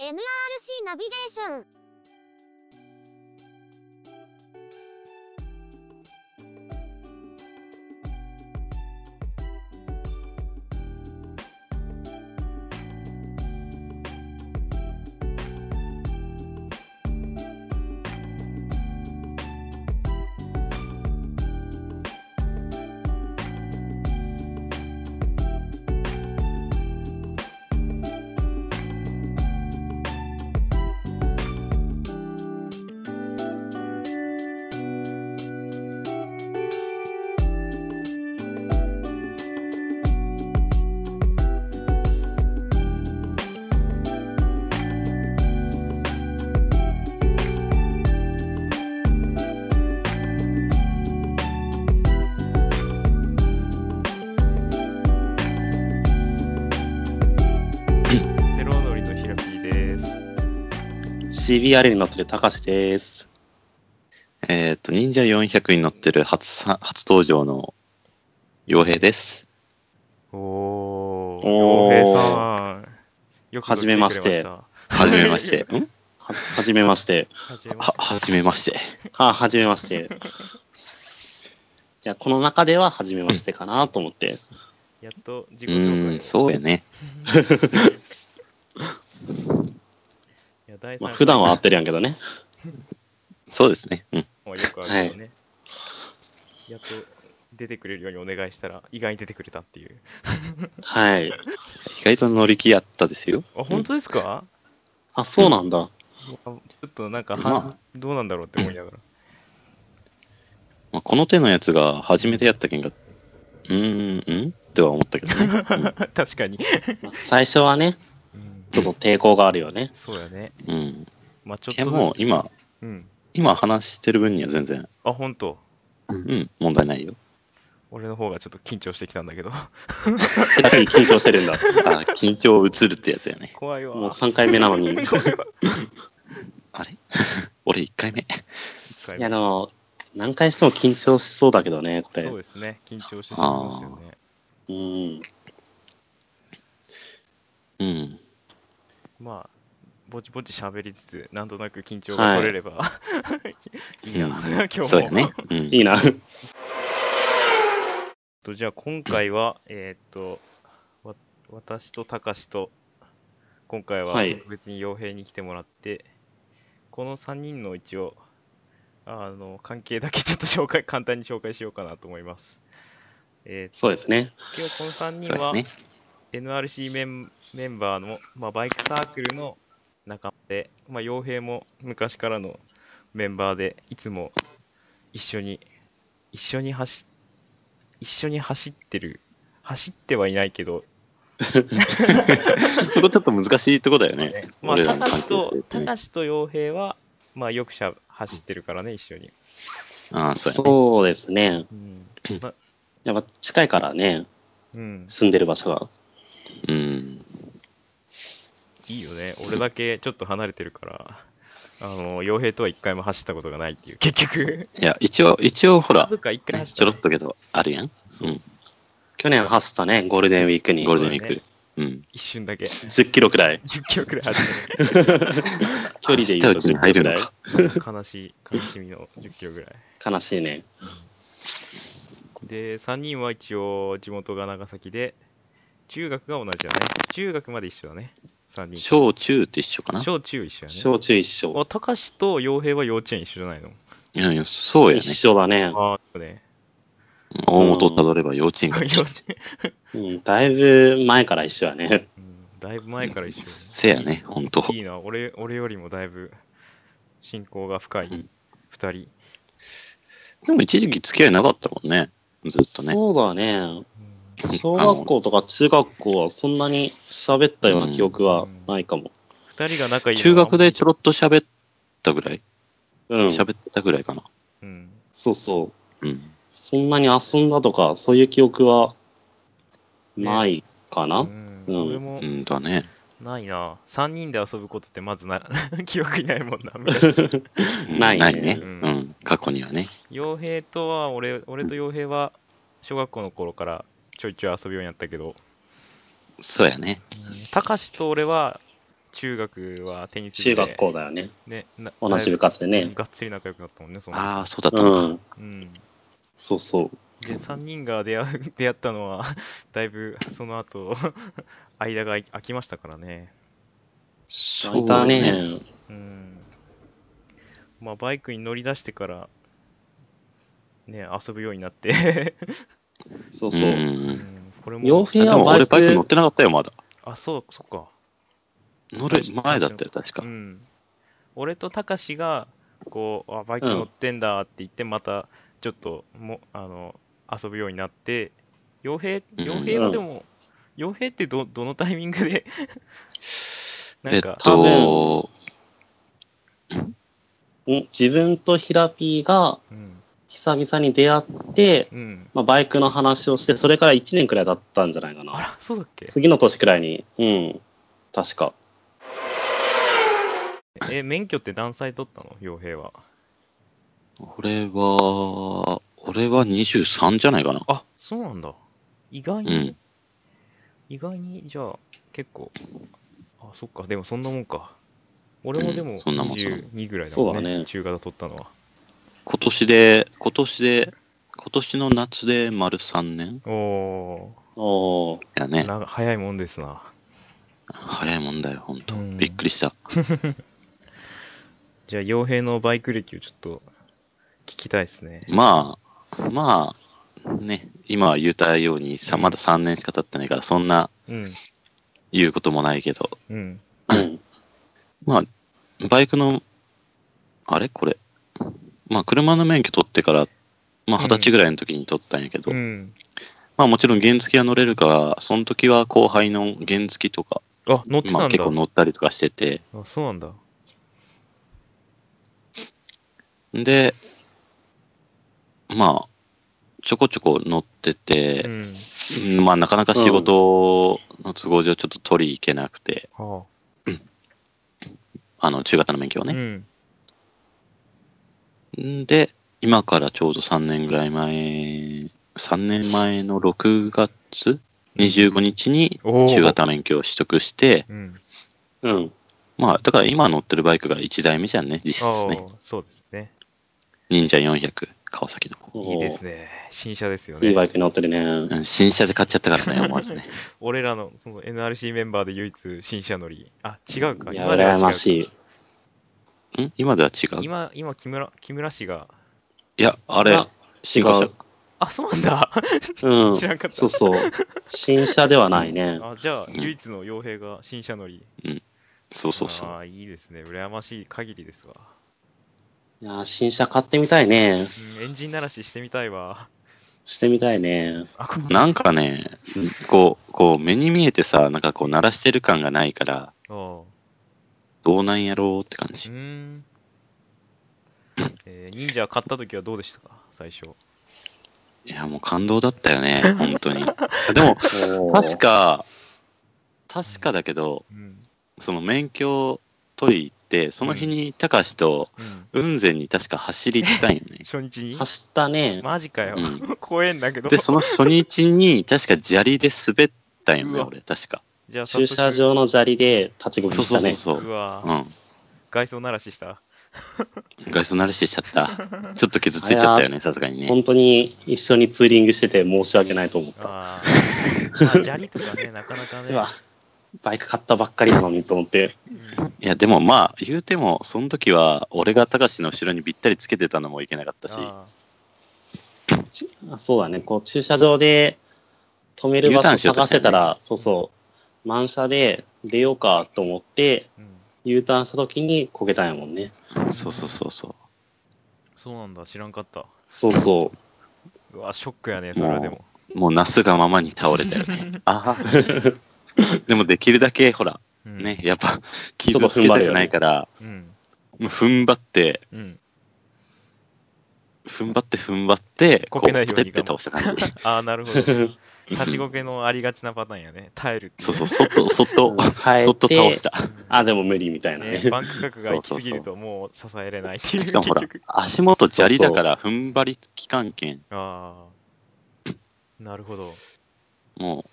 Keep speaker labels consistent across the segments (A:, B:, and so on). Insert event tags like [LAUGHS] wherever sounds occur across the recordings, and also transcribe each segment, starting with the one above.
A: NRC ナビゲーション
B: セロノリのヒラピーです。
C: CBR に乗ってる高志です。
D: えっ、と、忍者400に乗ってる初さ、初登場の傭兵です。
B: おー、
C: おー
B: 洋平さん。よくぞ来てくれ
C: 初めまして
B: は
D: はじめま
B: [LAUGHS]
D: して。ん
C: は、はじめま
D: [LAUGHS]
C: して。
B: じめま
D: は、
B: して。
D: はじめまして。
C: は、はじめまして。いや、この中でははじめましてかなと思って。
B: やっと自
D: う
B: 己紹
D: ー
B: 介を
D: ん、そうやね。
B: いや第三
C: まあ、
B: 回
C: 普段は合ってるやんけどね。
D: そうですね。うん。
B: もよくあるよね、やっと出てくれるようにお願いしたら意外に出てくれたっていう
C: はい。
D: 意外と乗り気やったですよ。
B: あ本当ですか、
C: あ、そうなんだ。
B: いやちょっとなんか、
D: まあ
B: はどうなんだろうって思いながら
D: まあ、この手のやつが初めてやったけんが、うーん、うんっては思ったけど
B: [LAUGHS]
D: ね。
B: 確かに、
C: まあ最初はね、ちょっと抵抗があるよね。
B: そうやね
D: うん。い
B: まあちょっと
D: や、
B: ずつ
D: もう今、
B: うん
D: 今話してる分には全然、
B: あ本当
D: うん、問題ないよ。
B: 俺の方がちょっと緊張してきたんだけど
C: さっき緊張してるんだ。
D: あ、緊張移るってやつやね。
B: 怖いわ
C: もう3回目なのに。い
D: あれ俺1回目。
B: 一回目
C: や、でも、何回しても緊張しそうだけどね、これ。
B: そう
C: う
B: ですね緊張してしまいますよね
C: ん。
D: うん。
B: まあぼちぼち喋りつつなんとなく緊張が取れれば、
D: [LAUGHS]
B: い、いな、
D: うん
B: 今日も
D: そうやね。うん。
C: いいな。
B: とじゃあ今回は、えーっとわ私とたかしと今回は
C: はい
B: 特別に傭兵に来てもらって、この3人の一応あの関係だけちょっと紹介簡単に紹介しようかなと思います。えー
C: そうですね。
B: 今日この3
D: そ
B: 人
D: うや
B: は
D: ね。
B: NRC メンメンバーの、まあ、バイクサークルの仲間で、まあ、傭兵も昔からのメンバーでいつも一緒に一緒に走一緒に走ってる走ってはいないけど、
D: そこちょっと難しいとこだよね。
B: まあ、
D: 俺ら
B: た
D: の
B: か
D: 関
B: し
D: 係性
B: と
D: ったてね。
B: かしと傭兵は、まあ、よくしゃ走ってるからね一緒に、
D: ああ、そうやね。
C: そうですね。
B: うん
C: やっぱ近いからね、
B: うん、
C: 住んでる場所が。
D: うん。
B: いいよね俺だけちょっと離れてるからあの傭兵とは一回も走ったことがないっていう結局
D: いや、一応、一応、ほら
B: そ、うか一回
D: ね
B: 走っ
D: ち
B: た
D: ょ
B: ね、
D: ろっとけど、あるやん。うん。
C: 去年走ったね、ゴールデンウィークに。
D: ゴールデンウィー
B: そう
D: ク。うん。
B: 一瞬だけ
C: 10キロくらい。
B: 10キロくらい走った
C: 距離で言うと
D: 走ったうち
C: 10
D: に
C: キ
D: 入
C: ロ
D: る
C: くら
D: の
C: い。
D: か。
B: 悲しい、悲しみの10キロぐらい。
C: 悲しいね。
B: で、3人は一応、地元が長崎で、中学が同じだね。中学まで一緒だね。3人。
D: 小中って一緒かな。
B: 小中一緒やね。
C: 小中一緒。
B: お、たかしと洋平は幼稚園一緒じゃないの
D: いやいや、そうやね
C: 一。緒だね。
B: ああ、そうね。
D: うん大元をたどれば幼稚園
B: 幼
D: が
B: 稚
D: 一緒。
B: 園、
C: うん、だいぶ前から一緒やね。
B: うん。だいぶ前から一緒、
D: せやね、ほんと。
B: いいな、俺、俺よりもだいぶ、親交が深い
D: うん
B: 2人。
D: でも一時期付き合いなかったもんね。ずっとね。
C: そうだね。
B: うん
C: 小学校とか中学校はそんなに喋ったような記憶はないかも。
B: 二人が仲いいのは
D: 中学でちょろっと喋ったぐらい
C: うん。
D: 喋ったぐらいかな。
B: うん。
C: そうそう。
D: うん。
C: そんなに遊んだとか、そういう記憶はないか
B: う
C: な。
B: ん、
C: うん
B: 俺も
D: うんだね。
B: ないな。3人で遊ぶことってまずな、 [LAUGHS] 記憶にないもんな。
D: うん
C: ないね
D: ないね。
B: う
D: うんん。過去にはね。
B: 傭兵とは俺俺と傭兵は小学校の頃からちょいちょい遊ぶようになったけど
D: そうやね。
B: たかしと俺は中学はテニス部
C: 中
B: で
C: 学校だよね。
B: ね、な
C: 同じ部活で
B: だいぶ
C: ね。
B: がっつり仲良くなったもんね、その。
D: ああ、そうだった
C: う
D: のか。
C: ん。
B: うん、
D: そうそう。
B: で、3人が出会う [LAUGHS] 出会ったのは、だいぶその後、 [LAUGHS] 間が空きましたからね。
D: そ
C: 大体ね。
B: うん。まあ、バイクに乗り出してから、ね、遊ぶようになって、
C: そう
D: う。
C: そうん
B: う
D: うんん。、
B: これ
C: 洋
B: も、
C: 服
D: で
C: や
D: も
C: バ
D: 俺
C: イ
D: バイク
C: ク
D: 乗ってなかったよ、まだ。
B: あ、そう、そっか。
D: 乗る前だったよ、確か
B: う。ん、俺とたかしがこうあバイク
C: うん
B: 乗ってんだって言ってまたちょっともあの遊ぶようになって傭兵
D: うん
B: 傭兵はでも傭兵ってどどのタイミングでな
D: え
B: ん
D: っ
B: か、
D: と、
C: うん自分とヒラピーが
B: うん
C: 久々に出会って、
B: うん、
C: まあ、バイクの話をして、それから1年くらいだったんじゃないか
B: あ
C: な。
B: らそうだっけ
C: 次の年くらいに。うん。確か。
B: え免許って何歳取ったの傭兵は
D: 俺は、俺は23じゃないかな。
B: あそうなんだ意外
D: う
B: に、
D: ん。
B: 意外にじゃあ結構あそっかでもそんなもんか俺もで
D: う
B: も
D: んそんなもんそんなもん
B: 22ぐらいだもんね,、
C: そうだね
B: 中型取ったのは
D: 今年で、今年で、今年の夏で丸3年
B: おお
C: おー。
D: やね。
B: な早いもんですな。
D: 早いもんだよ、ほんと
B: う。ん
D: びっくりした。
B: じゃあ、傭兵のバイク歴をちょっと聞きたいですね。
D: まあ、まあ、ね、今言ったようにさ、まだ3年しか経ってないから、そんな
B: うん。
D: 言うこともないけど、
B: うん。
C: うん。
D: まあ、バイクの、あれこれ。まあ、車の免許取ってから、まあ、
B: うん
D: 二十歳ぐらいの時に取ったんやけど、
B: うん。
D: まあ、もちろん原付は乗れるから、その時は後輩の原付とか、
B: あ、乗って
D: ま
B: た
D: あ、
B: んだ
D: 結。構乗ったりとかしてて、
B: あ、そうなんだ。
D: で、まあ、ちょこちょこ乗って
B: う
D: て、
B: ん。
D: まあ、なかなか仕事の都合上ちょっと取り行けなくて、
B: は
D: あの、中型の免許を
B: あ。う
D: ね。
B: ん。
D: んで、今からちょうど3年ぐらい前、3年前の6月25日に
B: おー
D: 中型免許を取得して、
B: うん。
D: [LAUGHS]
C: うん。
D: まあ、だから今乗ってるバイクが1台目じゃんね、実
B: あ
D: 質ね。
B: あ、そうですね。
D: 忍者400、川崎の。
B: いいです
C: ね。
B: ね。新車ですよ
C: いいバ
B: ね。
C: イクに乗ってるね。
D: うん新車で買っちゃったからね、思わ
B: [LAUGHS]
D: ずね。
B: 俺らのその NRC メンバーで唯一新車乗り。あ、違うか。
C: いや、
B: では違う
C: 羨ましい。
D: ん今では違うい
B: 今、今木村、木村氏が。
D: や、あれ、
C: あ
D: 新車
C: 違う。
B: あ、そうなんだ。
C: うん。
B: 知らんかった。
C: そうそう。新車ではないね。
B: あ、じゃあ、
D: うん
B: 唯一の傭兵が新車乗り。
D: そうそうそう。
B: ああ、いいですね。羨ましい限りですわ。
C: いや、新車買ってみたいね。
B: うんエンジン鳴らししてみたいわ。
C: してみたいね。
B: あ、こ
D: なんかね、こう、こう、目に見えてさ、なんかこう、鳴らしてる感がないから、
B: おう
D: どうなんやろうって感
B: う
D: じ。
B: ーん。えー、忍者買った時はどうでしたか最初。
D: いや、もう感動だった
B: [LAUGHS]
D: よね、本当に。でも、確か、確かだけど、
B: うん。
D: その免許取り行って、その日に、たかしと、
B: うん、
D: 雲仙に確か走り行ったんよ
B: [LAUGHS]
D: ね。
B: 初日に
C: 走ったね。
B: マジかよ。
D: うん
B: [LAUGHS] 怖えんだけど。
D: で、その初日に、確か砂利で滑ったんよね、
B: うわ
D: 俺、確か。
B: じゃあ早
C: 駐
B: 速、
C: 車場の砂利で立ち込み
D: そう
C: し
D: そ
C: た
D: うそう
C: ね。
D: そうう。
B: わ、
D: うん。
B: 外装鳴らしした。
D: 外装慣れしてしち
B: [LAUGHS]
D: ゃった。ちょっと傷ついちゃったよね、さすがにね。
C: 本当に一緒にツーリングしてて申し訳ないと思っ
D: [LAUGHS]
C: た。
B: あーまあ、砂利とかね、なかなかね
C: う。わ、バイク買ったばっかりなのにと思って。
B: うん
D: いや、でもまあ、言うても、その時は、俺が高志の後ろにぴったりつけてたのもいけなかったし、
B: あ
C: ちあそうだね、こう駐車場で止める
D: U
C: 場
D: ターンしよ
C: 所探
D: うとした
C: せ
D: よね
C: たら、そうそう、満車で出ようかと思って、
B: ーうん、
C: U ターンした時にこけたんやもんね。
D: そうそうそうそ
B: そうなんだ、知らんかった。
C: そうそう
B: わ、ショックやね、それはでも。
D: う。もう、なすがままに倒れたよ
B: [LAUGHS]
D: ね。ああ。 [LAUGHS] でも、できるだけ、ほら、
B: うん、
D: ね、やっぱ、傷つけたくないから、
B: うん。
D: もう踏ん張って、
B: うん。
D: 踏ん張って踏ん張って、
B: こ
D: こ
B: け
D: う、
B: な
D: ペ
B: いよう
D: テ
B: に
D: って倒した感じ。
B: ああ、なるほ [LAUGHS] ど。
C: う。
B: 立ちこけのありがちなパターンやね。耐えるってい
D: そうそう、そっと、そっと、
C: 変え
D: そっと
C: て
D: 倒した。
C: あ、でも無理みたいな
B: ね
C: ね。
B: バンク角が行き過ぎるともう支えれないって [LAUGHS] いう。
D: [LAUGHS] しかもほら
B: 結局、
D: 足元砂利だから、踏ん張り期間券、
B: ああ。なるほど。
D: も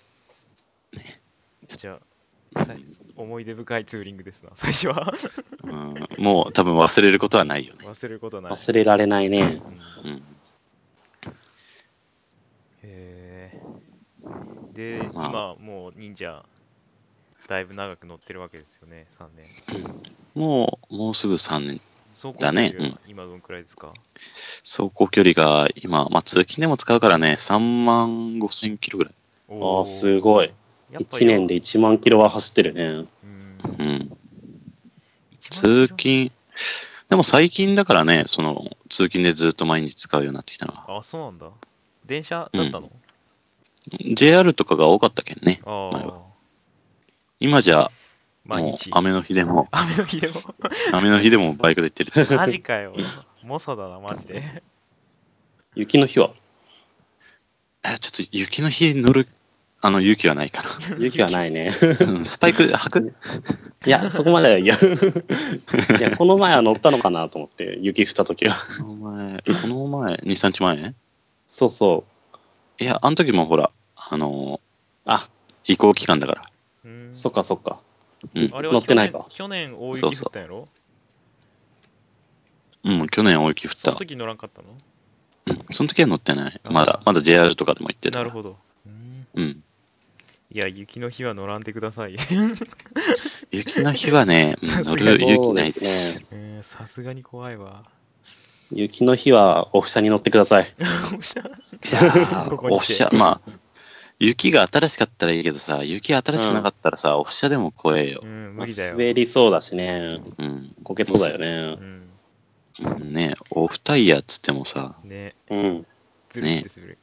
D: う、
B: じゃあ、さ思い出深いツーリングですな、最初は。 [LAUGHS]
D: うんもう多分忘れることはないよね。
B: 忘れることない。
C: 忘れられないね。
B: うん
D: うん、
B: へえ。で、
D: まあ
B: 今もう忍者、だいぶ長く乗ってるわけですよね、3年。
D: もう、もうすぐ3年。
B: そう
D: だねうん
B: 今どんくらいですか
D: 走行距離が今、まあ、通勤でも使うからね、3万5千キロぐらい。
B: お
C: あ
B: ー
C: あ、すごい。
B: やっぱ
C: 1年で1万キロは走ってるね。
B: うん
D: うん、
B: 一番
D: 通勤、でも最近だからね、その通勤でずっと毎日使うようになってきたのは。
B: あ、そうなんだ。電車だったの、
D: JR とかが多かったけんね。
B: あ
D: 前
B: あ。
D: 今じゃ、
B: 毎
D: もう
B: 日。
D: 雨の日でも、
B: 雨の日でも。
D: 雨の日でもバイクで [LAUGHS] 行ってる。
B: マジかよ。猛者だな、マジで。
C: 雪の日は
D: えちょっと雪の日乗る、あの、勇気はな
B: [LAUGHS]
D: いか
C: 雪はないね。
D: な。うんスパイク履く
C: いや、そこまではいや。いや、この前は乗ったのかなと思って、雪降った時は。
D: この前、この前、2、3日前
C: そうそう。
D: いや、あの時もほら、あの
C: あ、
D: ー移行期間だから。
B: うん
C: そっかそっか。
D: うん
B: あれ
C: 乗
B: は
C: ってないか
B: 去年去年大雪降ったんやろ
D: うん、去年大雪降っ
B: そ
D: た。
B: の時乗らんかったの
D: うんその時は乗ってない。
B: あ
D: まだ、まだ JR とかでも行ってた。
B: なるほど。うん
D: うん。
B: いや、雪の日は乗らんでください。
D: 雪の日はね、
B: [LAUGHS]
D: うん
B: さすが
D: 乗
B: に
D: る
C: そ
D: 勇気
C: う
D: な
C: で
D: いですす。
C: ね。
B: えーさすがに怖いわ。
C: 雪の日はお車に乗ってください。
B: おしゃ
D: いやー
B: ここに来て
D: オフ車、まあ、雪が新しかったらいいけどさ、雪新しくなかったらさ、オフ車でも怖えよ
B: う。ん、無理だよ。
C: 滑りそうだしね。
D: うん。
C: こけそうだよね
B: う。ん。
D: うんねオフタイヤっつってもさ、
B: ね、
C: うん。
B: ずるいってする。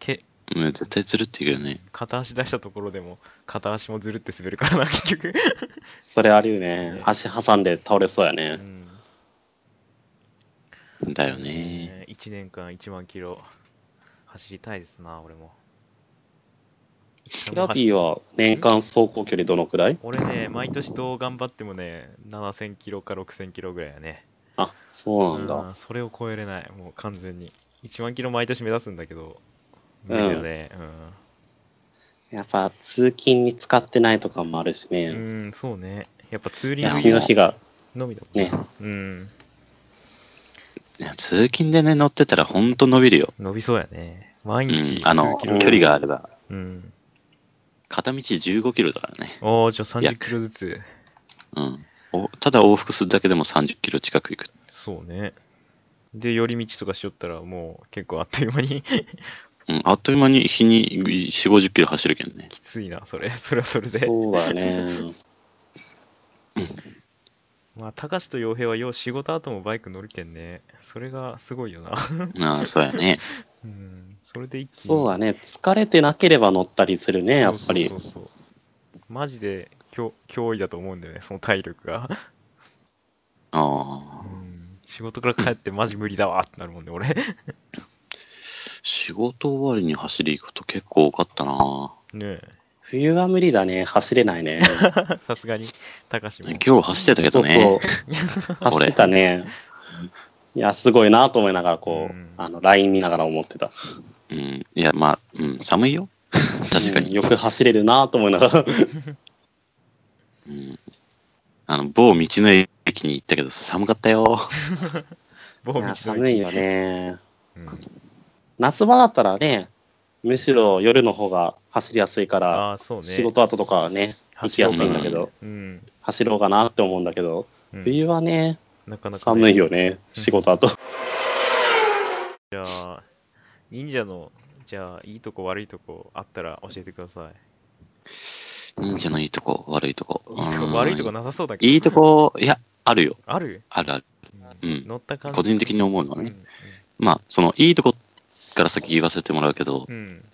B: け
D: うん絶対つるっていくよね。
B: 片足出したところでも片足もずるって滑るからな結局、
C: それあるよね。足挟んで倒れそうや
B: う
C: ね。
B: ん、
D: だよね。
B: 1年間1万キロ走りたいですな俺も
C: キラビーは年間走行距離どのくらい
B: 俺ね毎年どう頑張ってもね7000キロか6000キロぐらいやね
C: あ、そうなんだ。
B: うんそれを超えれないもう完全に1万キロ毎年目指すんだけど無理だね
C: やっぱ通勤に使ってないとかもあるし
B: うん、う
C: ね。
B: んそうねやっぱツーリン
C: 休みの日が。
B: グのみだもんなうん
D: いや通勤でね、乗ってたらほんと伸びるよ。
B: 伸びそうやね毎
D: う
B: 日
D: ん。あの、
B: 数キロ
D: 距離があれば。
B: うん
D: 片道15キロだからね。
B: おおじゃあ30
D: 約
B: キロずつ
D: うん。おただ往復するだけでも30キロ近く行く。
B: そうね。で、寄り道とかしよったら、もう結構あっという間に [LAUGHS]
D: うん。あっという間に日に4、50キロ走るけんね。
B: きついな、それ。それはそれで。
C: そうだ
B: [LAUGHS]
C: ね。
B: まあ、たかしと洋平はよう仕事後もバイク乗るけんね。それがすごいよな。
D: ああ、そうやね。
B: うん。それで一気に。
C: そうだね。疲れてなければ乗ったりするね、やっぱり
B: そう。そうそうそうマジで脅脅威だと思うんだよね、その体力が。う
D: ああ。
B: ん。仕事から帰ってマジ無理だわってなるもんね、俺。
D: 仕事終わりに走り行くこと結構多かったな。
B: ね
C: 冬は無理だね。走れないね。
B: え。さすがに、たかしも。
D: 今日走ってたけ
C: そ
D: ど
C: う
D: ね。
C: そう。走ってたね。いや、すごいなと思いながら、こう、
B: うん
C: あの、LINE 見ながら思ってた。
D: うん。いや、まあ、うん、寒いよ。確か
C: うん
D: に。
C: よく走れるなと思いながら。
D: うん。あの、某道の駅に行ったけど、寒かったよ。
B: 某道
C: い
B: の
C: や
B: 駅
C: 寒いよ。ね。
B: うん
C: 夏場だったらね、むしろ夜の方が走りやすいから、
B: ああ、そうね。
C: 仕事後とかはね、行きやすいんだけど、
B: うん。
C: 走ろうかなって思うんだけど、
B: うん
C: 冬はね、
B: なかなかね、
C: 寒いよね、仕事後。
B: じゃあ、忍者の、じゃあ、いいとこ悪いとこあったら教えてくださ
D: 忍者のいいとこ、悪いとこ。
B: い。いいとこ悪いとこ
D: うん
B: なさそうだけど。
D: いいとこ、いや、あるよ。
B: ある、
D: あるある。
B: う
D: うんん。
B: 乗った感じ。
D: 個人的に思うのは
B: う
D: ね。
B: ん。
D: まあ、その、いいとこから先言わせてもらうけど、
B: うん。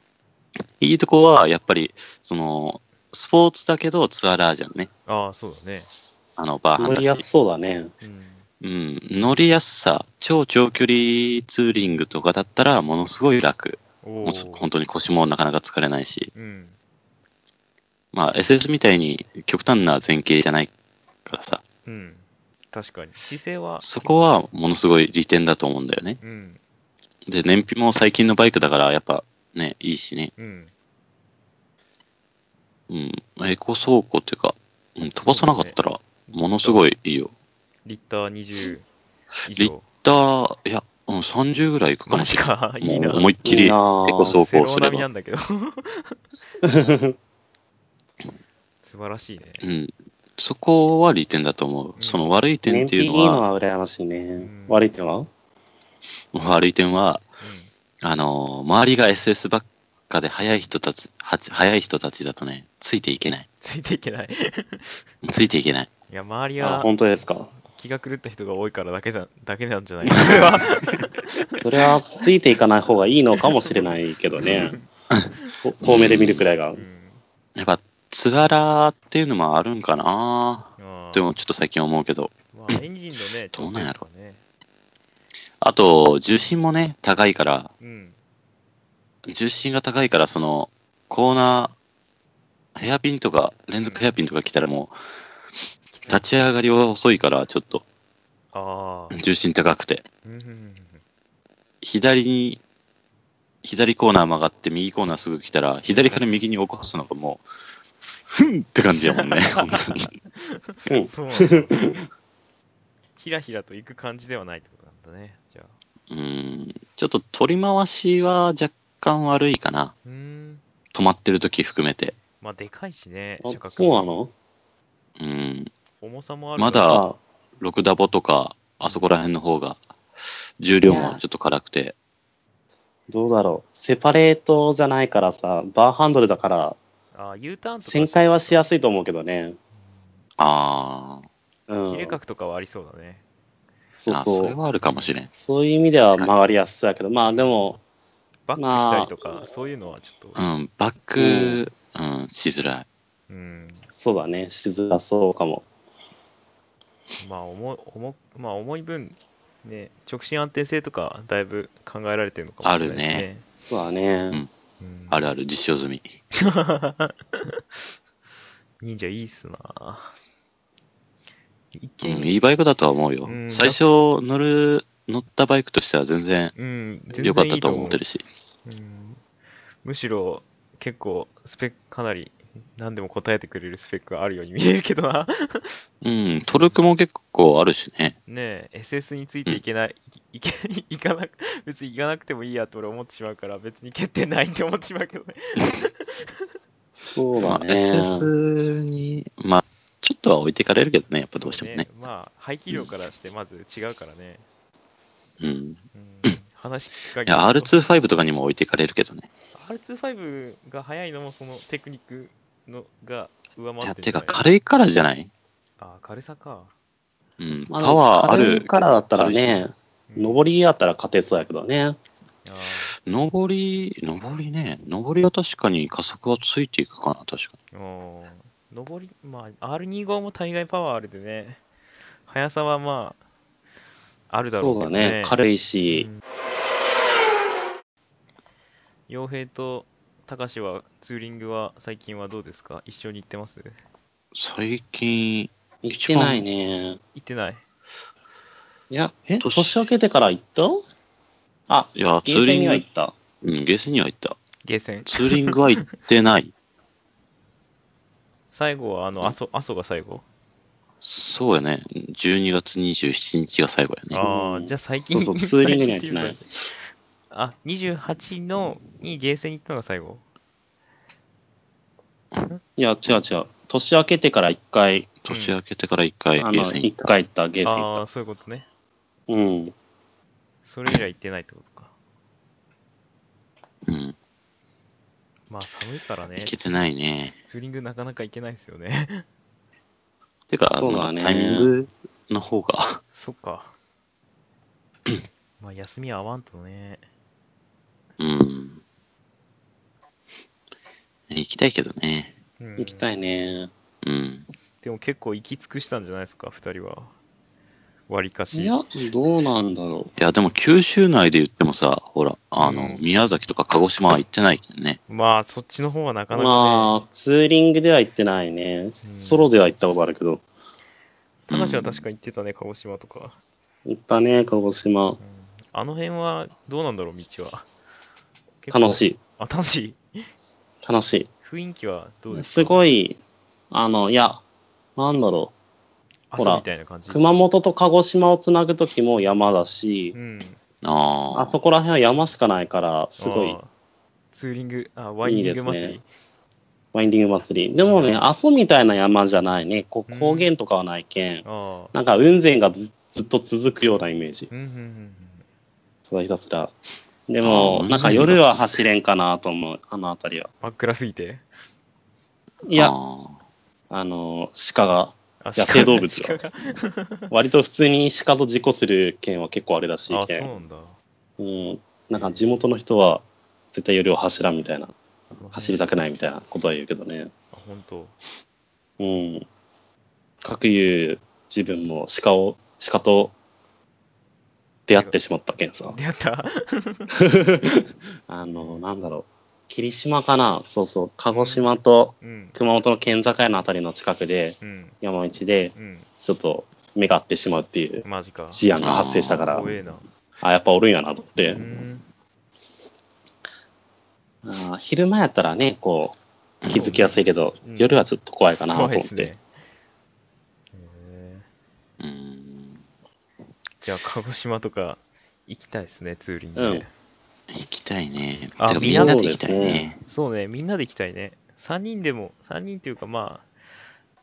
D: いいとこは、やっぱり、その、スポーツだけどツアラーじゃんね。
B: ああ、そうだね。
D: あの、バーハ
C: 乗
D: ン
C: りや
D: だ
C: す
D: し。
C: そうだね。
B: うん。
D: うん。乗りやすさ、超長距離ツーリングとかだったら、ものすごい楽。
B: お
D: もう
B: お。
D: 本当に腰もなかなか疲れないし。
B: うん。
D: まあ、SS みたいに極端な前傾じゃないからさ、
B: うん。確かに。姿勢は、
D: そこはものすごい利点だと思うんだよね。
B: うん。
D: で、燃費も最近のバイクだから、やっぱね、いいしね。
B: うん。
D: うん、エコ倉庫っていうか、うん、飛ばさなかったら、ものすご
B: い。
D: いいいよ。
B: リッター20以
D: リッ
B: 上。
D: だー、いや、うん、30ぐらいいくか
B: マ
D: も
B: ジ
D: しれない。
B: か、いい
D: も
B: な
D: う。思いっきり
C: いい
D: エ
C: な
D: コ
C: あ
D: 走
B: セロ
D: 行す
B: ー
D: れ
B: 並みな
D: ば。
B: んだけど。 [LAUGHS] 素晴らしいね。
D: うん、そこは利点だと思う。
B: ん
D: その悪い点
C: 燃
D: ってい
C: 費いうい
D: の
C: の
D: は、
C: は羨ましいね。
B: ん
C: 悪い点は
D: 悪い点は、あのー周りが SS ばっかで速い人たち、は速い人たちだとね、ついていけない。
B: ついていけない。い
D: ついていけない。
B: や、周り
C: あ
B: は
C: 本当ですか。
B: 気が狂った人が多いからだけだだけなんじゃないか。
C: それはついていかない方がいいのかもしれないけどね。と遠目で見るくらいが
B: う。ん
D: やっぱ、ツアラーっていうのもあるんかな
B: あー
D: でもちょっと最近思うけど。
B: まあ、エンジンのね、
D: どうなん
B: 調
D: やろ
B: 整とかね。
D: あと、重心もね、高いから、
B: うん。
D: 重心が高いから、その、コーナー、ヘアピンとか、連続ヘアピンとか来たらもう、立ち上がりは遅いから、ちょっと、
B: ああ。
D: 重心高くて。
B: うんうんうん
D: 左に、左コーナー曲がって、右コーナーすぐ来たら、左から右に起こすのがもう、ふんって感じやもんね、本当に。
C: う
B: うん
C: ん。
B: そうなんだ。ひらひらと行く感じではないってことなんだね。じゃあ。
D: うん、ちょっと取り回しは若干悪いかな。
B: うーん。
D: 止まってる時含めて。
B: まあ、でかいしね。車
C: あ
B: 格
C: そうなの
D: うん、
B: 重さもある
D: ま
B: から
D: だ
C: あ
D: 6ダボとか、あそこら辺の方が、重量もちょっと辛くて、
C: どうだろう。セパレートじゃないからさ、バーハンドルだから、
B: あー U ターンとか
C: 旋回はしやすいと思うけどね。
D: ああ、
C: う
B: うん切れ
C: ん。
B: 角とかはありそうだね。
C: そう
D: あ
C: そ
D: それ
C: う。
D: はあるかもしれん。
C: そういう意味では曲がりやすそうやけど、まあでも、
B: バックしたりとか、そういうのはちょっと
D: う。ん、バック、うん、しづらい。
B: うん。
C: そうだね、しづらそうかも。
B: まあ重い重まあ、重い分、ね、直進安定性とかだいぶ考えられてるのかもしれないですね。
D: ある
C: そうだね。
D: うん
B: うん
D: あるある、実証済み。
B: 忍者いいっすな一
D: う
B: 気
D: ん、
B: に、
D: いいバイクだとは思うよ
B: う。ん
D: 最初乗る、乗ったバイクとしては全然
B: うん、全然
D: 良かったと思って
B: る。
D: るし。
B: うん、むしろ、結構、スペックかなり、何でも答えてくれるスペックがあるように見えるけどな。 [LAUGHS]
D: うん、トルクも結構あるしね。
B: ねえ、SS についていけない、いいけ、いかなく、別に行かなくてもいいやって俺思ってしまうから、別に欠点ないって思ってしまうけどね。
C: そう
D: ま
C: だ
D: あ、
C: ね。
D: SS に、まあ、ちょっとは置いていかれるけどね、やっぱどうしてもね。
B: まあ、排気量からしてまず違うからね。
D: うん。
B: うん、話聞く限
D: い
B: り
D: や、R25 とかにも置いていかれるけどね。
B: R25 が速いのもそのテクニックのが上
D: い
B: 回
D: や、
B: って
D: てか
B: か
D: 軽いからじゃない
B: あ軽さか、
D: うん、
C: ま
D: パワーあ
C: 軽い
D: る。
C: からだったらね、
B: うん
C: 上りやったら勝てそうやけどね。
B: あ
D: 上り、上りね、上りは確かに加速はついていくかな、確か
B: ーおー上りまあ R25 も大概パワーあるでね速さはまああるだろう
C: そうだね。軽いし、
B: 洋平と高志はツーリングは最近はどうですか一緒に行ってます
D: に。最近、
C: 行ってないね。
B: 行ってない
C: いや、え、
D: 年
C: 年明けてから行ったあ、
D: いや、ツ
C: ゲー
D: ー
C: セン
D: リン
C: には
D: グ
C: 行、った。
D: うん、ゲーセンには行った。
B: ゲーセン
D: ツーリングは行っ
C: [LAUGHS]
D: てない。
B: 最後はあの阿蘇阿蘇が最後
D: そうやね。12月27日が最後やね。
B: ああ、じゃあ [LAUGHS] 最近
C: そうそうツーリングには行ってない。
B: あ、28のにゲーセン行ったのが最後。
C: いや、違う違う。年明けてから一回、
D: 年明けてから一回
C: あの、
D: ゲーセン行っ
C: 一
D: た。
C: 回行った、ゲーセン行
B: あ
C: っ
B: あ、そういうことね。
C: た。うん。
B: それ以来行ってないってことか。 [LAUGHS]
D: うん。
B: まあ寒いからね
D: 行、けてないね。
B: ツーリングなかなか行けないですよね。 [LAUGHS]
D: てか、
C: そうだね
D: なんかタイミングの方が、 [LAUGHS]
B: そっか。
C: [CLEARS THROAT]
B: まあ休み合わんとね。
D: うん。行きたいけどね。
B: うん
C: 行きたいね。
D: うん。
B: でも結構行き尽くしたんじゃないですか、二人は。割りかし。
C: いや、どうなんだろう。
D: いや、でも九州内で言ってもさ、ほら、あの、
B: うん
D: 宮崎とか鹿児島は行ってないけどね。
B: まあそっちの方はなかなかね。
C: まあ、ツーリングでは行ってないね。ソロでは行ったことあるけど。
B: 高橋は確か行ってたね、鹿児島とか。
C: 行ったね、鹿児島。
B: うんあの辺はどうなんだろう、道は。
C: 楽し
B: い。
C: い。
B: あ、楽しい。
C: 楽しい。
B: 雰囲気はどうですか
C: すごい、あの、いや、なんだろほら
B: 朝みたいな感じ
C: う、。熊本と鹿児島をつなぐときも山だし
B: う、ん。
D: ああ
C: あそこら辺は山しかないから、すご
B: あ
C: い
B: ー。ツーリング、あ、ワインディング祭
C: いい
B: り。
C: ワインディング祭り。でもね、阿蘇みたいな山じゃないね、こう
B: うん
C: 高原とかはないけん、
B: ああ。
C: なんか雲仙がずずっと続くようなイメージ、
B: うんうんうんうん。
C: ただひたすら。でも
D: あ、ー
C: なんか夜は走れんかなと思う、あの辺りは。
B: 真っ暗すぎて。
C: いや、
D: あ
C: あの、鹿が、
B: 野
C: 野生動物が
B: が。
C: 割と普通に鹿と事故する県は結構あれらし
B: あ、
C: い
B: そう
C: けん。
B: なんだ。
C: うん、なんか地元の人は絶対夜を走らんみたいな走りたくないみたいなことは言うけどね
B: あ、本当。
C: うん各言う自分も鹿を鹿と出会ってしまったけんさ
B: 出会った。
C: あのなんだろう霧島かなそうそう鹿児島と
B: うん。
C: 熊本の県境のあたりの近くで
B: うん。
C: 山道で
B: うん。
C: ちょっと目が合ってしまうっていう
B: マジか。
C: 事案が発生したから
B: 怖えな。
C: あやっぱおるんやなと思って、
B: うん。
C: あー昼間やったらねこう気づきやすいけど、
B: うん
C: 夜はちょっと怖いかなと思
B: 怖
C: っ
B: いです
C: て、
B: ね。へー
D: ーうん
B: じゃあ、鹿児島とか行きたいですね、ツーリングで。
D: 行きたいね。
B: あ
D: てかみんなで行きたい
C: そうです
D: ね
C: ね。
B: そうね、みんなで行きたいね。3人でも、3人というかまあ、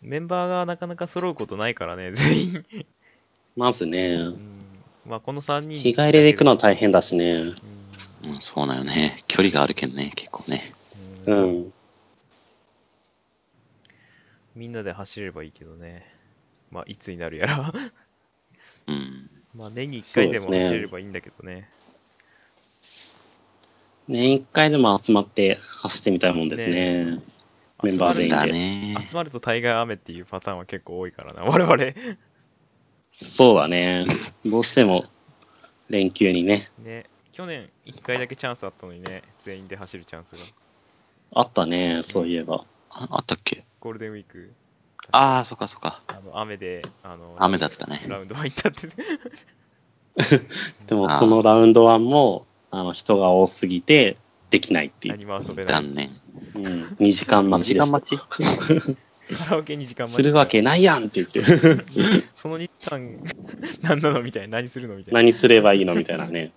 B: メンバーがなかなか揃うことないからね、 [LAUGHS] 全員。
C: まずね
B: うんまあ、この3人。
C: 日帰りで行くのは大変だしね
B: う
D: うん、そうだよね。距離があるけんね、結構ね。
B: ん。
C: う
B: うん
C: ん
B: みんなで走ればいいけどね。まあ、いつになるやら。 [LAUGHS]
D: うん。
B: まあ、年に1回でも
C: そうですね
B: 走れればいいんだけどね。
C: 年一回でも集まって走ってみたいもんですねメンバー全員
D: だね。
B: 集まると大概雨っていうパターンは結構多いからな、我 [LAUGHS] 々。
C: そうだ [LAUGHS] ねどうしても連休にね
B: ね、去年1回だけチャンスあったのにね、全員で走るチャンスが。
C: あったねそういえば
D: ああったっけ
B: ゴールデンウィーク、
D: ああ、そっかそっか。
B: あの雨で、あの、
D: 雨だったね。
B: ラウンド入ったって。
C: でも
D: あー
C: そのラウンドワンもあの人が多すぎてできないっていう、
B: 何も遊べない。
D: 断念。
C: うん、2時間待ちで
D: 時間
C: した
D: 待ち
B: カラオケに時間待ち
C: するわけないやんって言って
B: その日間、何なのみたいな、何するのみたいな。
C: 何すればいいのみたいなね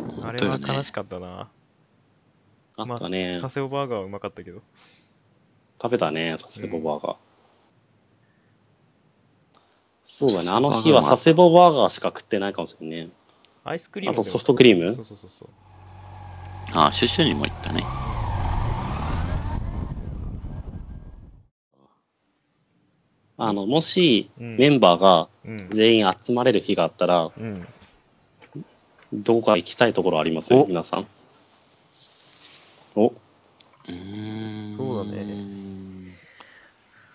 B: あ
D: 本
B: れ
D: 当よ
B: は
D: ね
B: 悲し。かったな。
C: あったね、
B: 佐世保バーガーはうまかったけど。
C: 食べたね、佐世保バーガー。そうだね、
D: 佐
C: あ
D: 世保バーガー
C: の日は佐世保バーガーしか食ってないかもしれないね。
B: アイスクリー
C: あ
B: ムでも
C: とソフトクリー
B: そう
C: ム
B: そうそうそう。
D: ああ、シュシュにも行ったね。
C: あの、もし
B: うん
C: メンバーが
B: うん。
C: 全員集まれる日があったら、
B: うん。
C: どこか行きたいところあります
B: お
C: 皆さん。おいう
D: ーん。
B: そうだね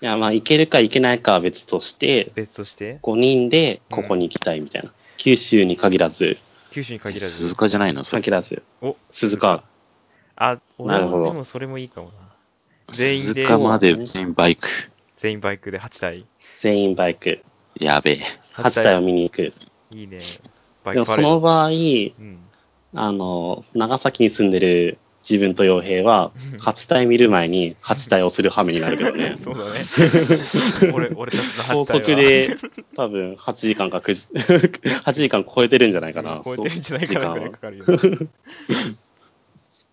C: や、まあ、行けるか行けないかは別として、
B: 別として、
C: 5人でここに行きたいみたいな。九州に限らず、
B: 九州に限らず
D: 鈴。鹿じゃないのそれ
C: 限らず、
B: お
C: 鈴鹿。
B: あ、俺
C: なるほ
B: も
C: ど
B: でもそれもいいかもな。全員で
D: 鈴鹿まで全員バイク。
B: 全員バイクで8体。
C: 全員バイク。
D: やべえ。
C: 8体を見に行く。
B: いいね。バ
C: で
B: イ
C: も
B: クパ
C: そ
B: レー
C: の
B: ド。
C: 場合、
B: うん。。
C: あの、長崎に住んでる自分と洋平は、8体見る前に8体をする羽目になるけどね
B: [LAUGHS] そうだね。俺、俺たちの8体は
C: 高速
B: [LAUGHS]
C: で多分8時間か9時、8時間超えてるんじゃないかな。
B: 超えてるんじゃないかなぐらいかかるよ、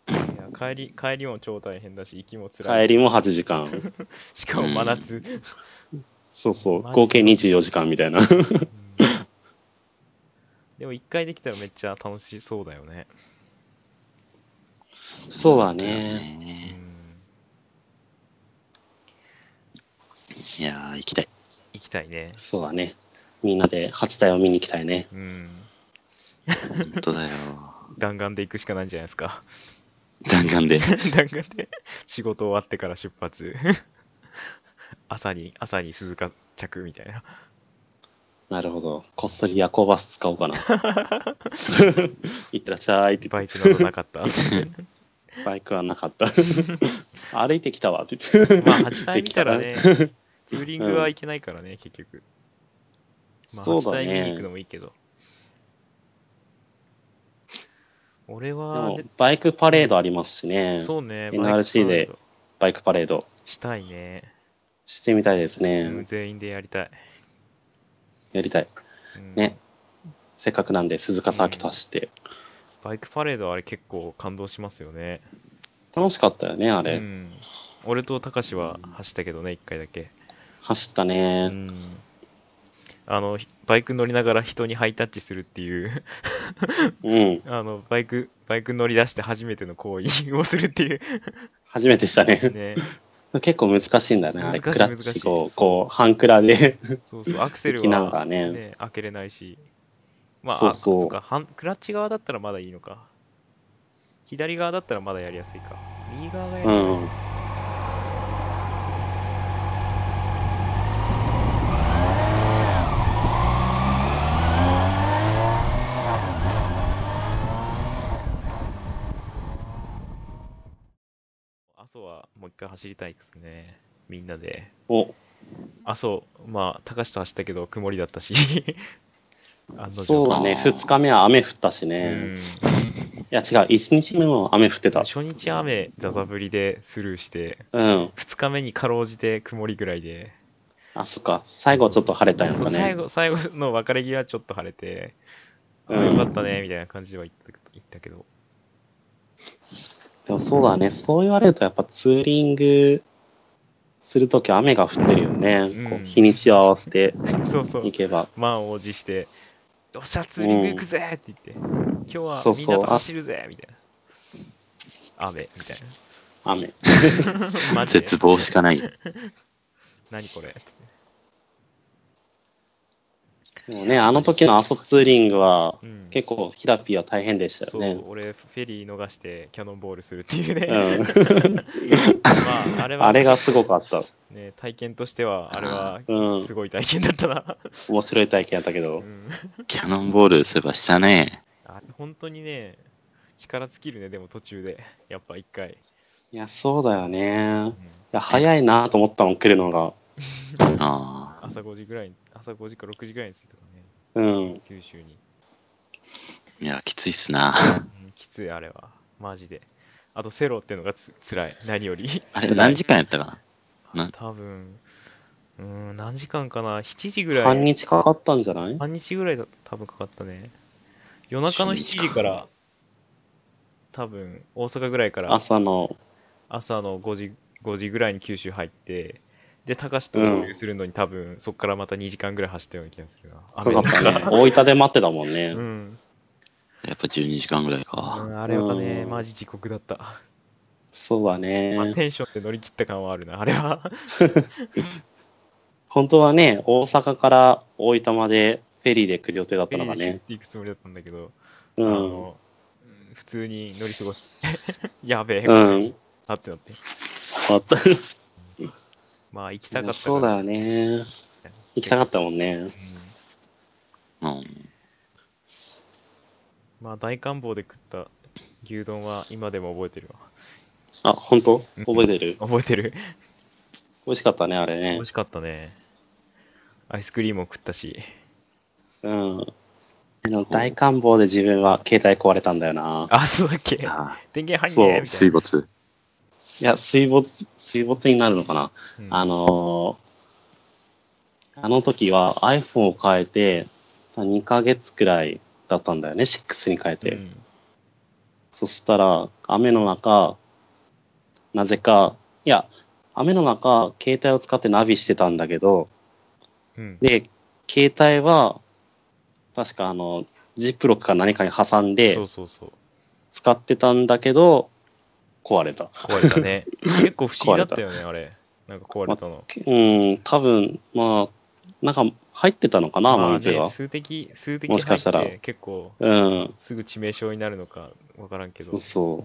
B: いや帰り帰りも超大変だし行きも
C: そう
B: 辛い
C: 帰りも8時間。
B: しかも真夏、
C: そうそう。
B: マジ
C: 合計24時間みたいな。
B: うんでも1回できたらめっちゃ楽しそうだよね、
C: そうだ
D: だよ
C: ね。
B: う
D: ね
B: ん、
D: いやー、行きたい。
B: 行きたいね
C: そうだね。みんなで8体を見に行きたいね。
B: うん
D: 本当だよ。
B: 弾丸で行くしかないんじゃないですか
D: [LAUGHS]
B: [LAUGHS]
D: 弾丸で。
B: 弾丸で仕事終わってから出発 [LAUGHS] 朝に朝に鈴鹿着みたいな
C: なるほど。こっそり夜行バス使おう
B: [LAUGHS]
C: かな。いってらっしゃいって言
B: バ
C: っ
B: イクなどなか
C: [LAUGHS]
B: ったま
C: て。バイクはなか
B: [LAUGHS]
C: った。歩いてきたわって言って。
B: あ8体見たらねツーリングは行けないからね、結局まあ、
C: そうだ
B: 初対面に行くの
C: ね。
B: もいいけど。俺
C: で
B: は
C: も、バイクパレードありますし
B: で
C: ね。
B: そうね、
C: NRC で
B: バイク
C: バイクパレード
B: したいね。
C: してみたいですね。
B: 全員でやりたい。
C: やりたい。
B: うん
C: ねせっかくなんで鈴鹿サーキット走って。
B: バイクパレードあれ結構感動しますよね。
C: 楽しかったよね、あ
B: う
C: れ。
B: ん、俺とたかしは走ったけどね、一回だけ。
C: 走った
B: う
C: ね。
B: ん、あのバイク乗りながら人にハイタッチするっていう [LAUGHS]
C: うん。
B: あのバイクバイク乗り出して初めての行為をするっていう
C: 初めてしたね。 [LAUGHS]
B: ね
C: 結構難しいんだね、あれ。
B: 難しい
C: クラッ
B: 難しい
C: チを、こう、半クラで
B: そうそうアクセ
C: [LAUGHS] 行
B: ル
C: きなが
B: は、
C: らね。
B: ね、開けれないしまあ
C: そう
B: あ
C: そう
B: っかハンクラッチ側だったらまだいいのか左側だったらまだやりやすいか右側がやり
C: う
B: やすい
C: ん。
B: 阿蘇はもう一回走りたいですねみんなで
C: お、
B: 阿蘇まあ高橋と走ったけど曇りだったし [LAUGHS] 案の定
C: そうだね。
D: あー
C: 2日目は雨降ったし
B: う
C: ね。
B: ん
C: いや、違う。1日目も雨降ってた。
B: 初日雨ざざぶりでスルーして
C: うん。
B: 2日目にかろうじて曇りぐらいで
C: あ、そっか。最後ちょっと晴れたんやった
B: そう最
C: ね。
B: 後最後の別れ際ちょっと晴れて、
C: うん
B: あよかったねみたいな感じでは言った言ったけど [LAUGHS]
C: でもそうだね。そう言われると、やっぱツーリングするとき雨が降ってるよね。
B: うん
C: こう日にちを合わせて
B: そうそう
C: 行けば。
B: 満を持して「よっしゃツーリング行くぜ!」って言って「今日は
C: そう
B: み
C: そ
B: ん
C: う
B: なと走るぜ!」みたいな雨みたい
C: 雨。 [LAUGHS]
B: なマジで
D: 絶望しかない。
B: 何これって
C: でもね、あの時のアソツーリングは、
B: うん
C: 結構ヒラピーは大変でしたよね
B: そう。俺フェリー逃してキャノンボールするっていうね、 [LAUGHS]
C: うん、 [LAUGHS]
B: まああれは
C: あれがすごかった。
B: ね体験としてはあれは
C: うん
B: す。ごい体験だったな、
C: 面白い体験やったけ
B: う。
C: ど
B: ん
D: キャノンボールすればしたね。
B: あ本当にね、力尽きるね、でも途中で、やっぱ一回。
C: いや、そうだよね。
B: うん
C: いや、早いなと思ったもん、来るのが。
D: あ
B: 朝5時ぐらいに、朝5時か6時ぐらいに着いたかね、
C: うん。
B: 九州に。
D: ーいや、きついっす [LAUGHS] な。
B: うんきつい、あれは。マジで。あと、セロってのがつ辛い、何より。
D: あれ、何時間やったかな
B: 多分、うーん、何時間かな、7時ぐらい。
C: 半日かかったんじゃない
B: 半日ぐらいだ多分かかったね。夜中の7
D: 7時
B: 時から、多分、大阪ぐらいから
C: 朝の。
B: 朝の5時 ,5 時ぐらいに九州入ってで高志と
C: うん
B: 合流するのに多分そこからまた2時間ぐらい走ったような気がするな
C: かかっ
B: 雨の
C: たね
B: 中。
C: 大分で待ってたもんね
B: う。ん、
D: やっぱ12時間ぐらいか。
B: あれはね
C: うん
B: マジ地獄だった、
C: そうだ
B: まあ、
C: ね。
B: テンションで乗り切った感はあるなあれは
C: 本当はね、大阪から大分までフェリーで来る予定だったのが
B: 行
C: ね
B: っ。ていくつもりだったんだけど、
C: う
B: あ
C: ん。
B: のうん普通に乗り過ごして [LAUGHS] やべえ、
C: うん。
B: あってなって
C: あった。
B: まあ行きたかった
C: そうだよね。行きたかったもんね。
B: うん
D: うん。
B: まあ大観望で食った牛丼は今でも覚えてるわ
C: あ、本当覚えてる
B: 覚えてる
C: 美味しかったね、あれ
B: 美
C: ね
B: 味。しかったね。アイスクリームも食ったし。
C: うん。あの大観望で自分は携帯壊れたんだよな。
B: あ、そうだっけ
D: あ
B: 電源入ん
C: そう
B: ねえみた
D: 水
B: い
D: 没。
C: いや、水没、水没になるのかな。
B: な。
C: あのーあの時は iPhone を変えて、2ヶ月くらいだったんだよね、6に変え
B: うん
C: て。そしたら、雨の中、なぜか、いや、雨の中、携帯を使ってナビしてたんだけど、
B: うん。
C: で、携帯は、確かあの、ジップロックか何かに挟ん
B: うん。そ
C: で
B: う、そうそう。
C: 使ってたんだけど、壊れた。
B: 壊れた
C: [LAUGHS]
B: ね。結構不思議だったよね、あれ。なんか壊れたの。
C: うん、多分、まあ、なんか入ってたのかな、
B: まあ
C: マンツー
B: ね、
C: は。
B: 数的、数的
C: もしかしたら
B: 入って結構、
C: うん、
B: すぐ致命傷になるのかわからんけど
C: そう。そ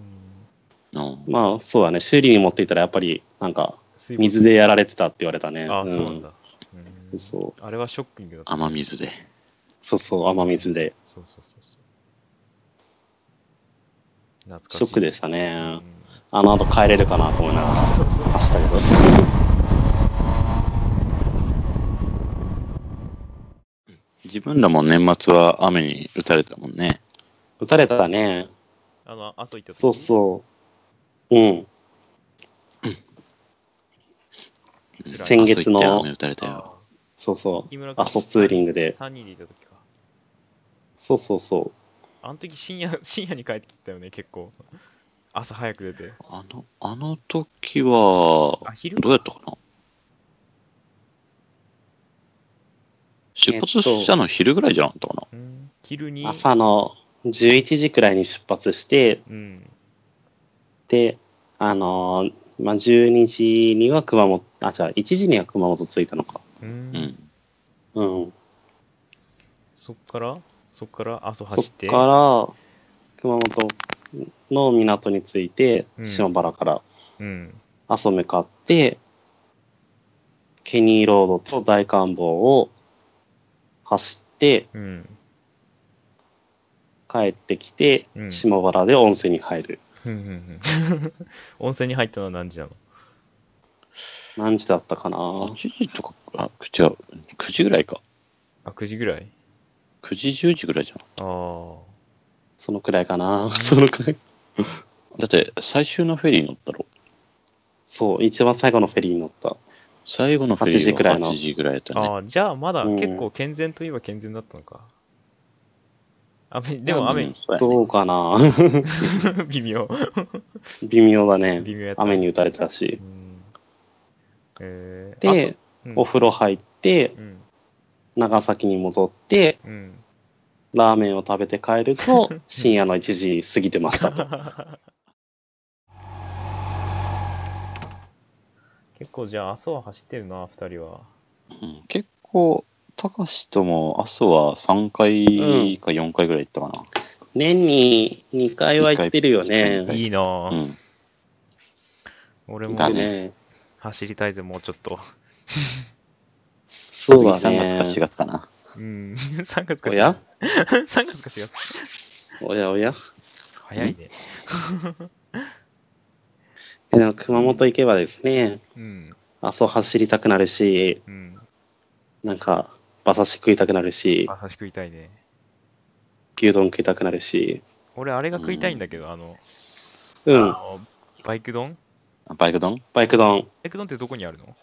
C: う
D: うん
C: う。まあ、そうだね、修理に持っていったら、やっぱり、なんか、
B: ん
C: 水でやられてたって言われたね。
B: あ、
C: うん、
B: そうなんだ。うん
C: そ
B: あれはショッキングだった。
D: 雨水で。
C: そうそう、雨水で。
B: そうそうそうそう。懐かしい。
C: ショックで
B: し
C: した
B: た
C: ね。あの後帰れるかなと思いながら、
B: そうそう。
C: 走ったけど。
D: 自分らも年末は雨に打たれたもんね。
C: 撃たれたらね、
B: あの、阿蘇行った時
C: そうそう。うん。
B: 辛い
C: 先月の
D: あそう言って雨打たれたよ。
B: あ
C: そうそう。
B: 木村君
C: 阿蘇ツーリングで。
B: 3人でいた時か。
C: そうそうそう。
B: あの時深夜、 [LAUGHS] 深夜に帰ってきてたよね、結構。朝早く出て。
D: あの、あの時は、
B: あ、昼
D: どうやったかな出発したの昼ぐらいじゃなかったかな、
B: うん昼に。
C: 朝の11時くらいに出発して、
B: うん。
C: で、あのーまあ、12時には熊本、あ、じゃあ1時には熊本着いたのか。
B: う。
D: うんん。
C: うん。
B: そっから、そっから阿蘇
C: そ
B: 走って。
C: っから、熊本の港に着いて、
B: うん
C: 島原から
B: うん。
C: 阿蘇向かって、ケニーロードと大観望を走って、
B: うん。
C: 帰ってきて、
B: うん
C: 島原で温泉に入る。
B: ふんふんふん温泉に入ったのは何時なの
C: 何時だったかな
D: 8時とか、あ、違う。9時ぐらいか。
B: あ、9時ぐらい
D: 9時、10時ぐらいじゃん。
B: ああ。
C: そのくらいかな [LAUGHS] そのくらい。
D: だって、最終のフェリー乗ったろ。
C: そう、一番最後のフェリーに乗った。
D: 最後のフェリ
C: 8時く
D: ー
C: ら
D: が
C: いの
D: 8時ぐらいやったね。
B: ああ、じゃあまだ
C: うん
B: 結構健全といえば健全だったのか。雨、でも
D: う
B: 雨
D: ん、そうやね
C: どうかな [LAUGHS]
B: [LAUGHS] 微妙。
C: 微妙だね。
B: 微妙やった。
C: 雨に打たれたし
B: う。ん。えー、
C: で、
B: あそう
C: お風呂入って、
B: うん、うん。
C: 長崎に戻って、
B: うん。
C: ラーメンを食べて帰る
D: [LAUGHS]
C: と、深夜の1時過ぎてましたと。
B: 結構じゃあ、阿蘇は走ってるな、二人は。
D: うん結構、高志とも、阿蘇は3回か4回ぐらい行ったか
C: 年に2回は行ってるよ
D: 二回
C: ね。
B: いいな
D: な。
B: ぁ、
D: うん。
B: 俺
D: う
B: も
D: んだね
B: 走りたいぜ、もうちょっと。
C: そうだ
D: 次3月か4
C: ね。
D: 月かな。
B: うん。3月 [LAUGHS] か
C: おや
B: ?3 月か4月。
C: おやおや
B: 早いね。
C: えでも熊本行けばですね、
B: うん。
C: 阿蘇走りたくなるし、
B: うん。
C: なんか、馬刺し食いたくなるし、
B: 馬刺し食いたいね。
C: 牛丼食いたくなるし、
B: 俺、あれが食いたいんだけど、あの、
C: う
B: あ
C: ん、
B: のバイク丼
D: バイク丼
C: バイク丼。
B: バイク丼ってどこにあるの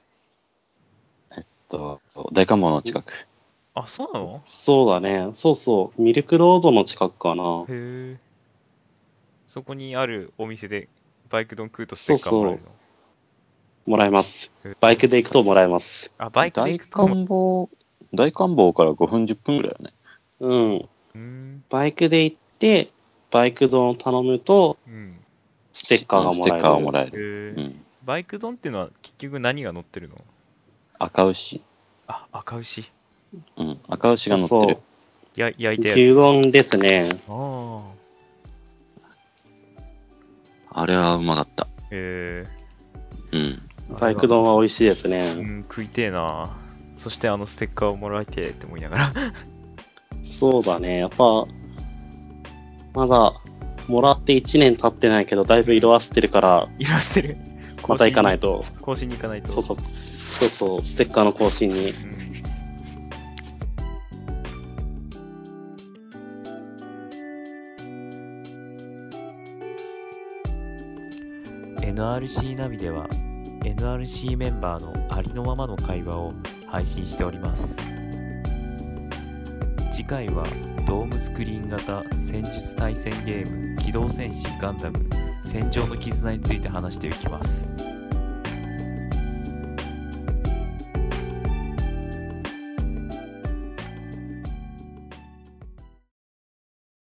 D: と大観望の近く。
B: あ、そうなの
C: そうだね。そうそう。ミルクロードの近くかな。
B: へえ。そこにあるお店でバイク丼食うとステッカー
C: そ
B: もら
C: うそう
B: えるの
C: もらえます
B: へえ。
C: バイクで行くともらえます。
B: あ、バイクで
D: 大
B: 行くと
D: 観望、大観望から5分10分ぐらいだね。
C: うん。
B: うん。
C: バイクで行って、バイク丼を頼むと、
B: うん。
C: ステッカーが
D: ス
C: も
D: テ
C: ら
D: ッカーが
C: え
D: も
C: る。
D: らえ
B: へ
D: る。
B: え
D: うん。
B: バイク丼ってのは結局何が乗ってるの
D: 赤牛。
B: あ、赤牛。
D: うん。赤牛が乗ってる。
B: や焼いて
C: そう
B: や
C: そ
B: る。
C: う。牛丼ですね。
B: あ
D: あれはうまかった。
B: あ。へえ。
D: うん。
C: バイク丼は美味しいです
B: う
C: ね。
B: ん、食いてえな。そしてあのステッカーをもらいてえって思いながら。 [LAUGHS]
C: そうだね。やっぱ、まだ、もらって1年経ってないけど、だいぶ色あせてるから、
B: いらしてる。。
C: また行かないいと。
B: 更新に行かないと。
C: そうそう。そうそう。ステッカーの更新に。
B: うん「NRC ナビ」では NRC メンバーのありのままの会話を配信しております次回はドームスクリーン型戦術対戦ゲーム「機動戦士ガンダム戦場の絆」について話していきます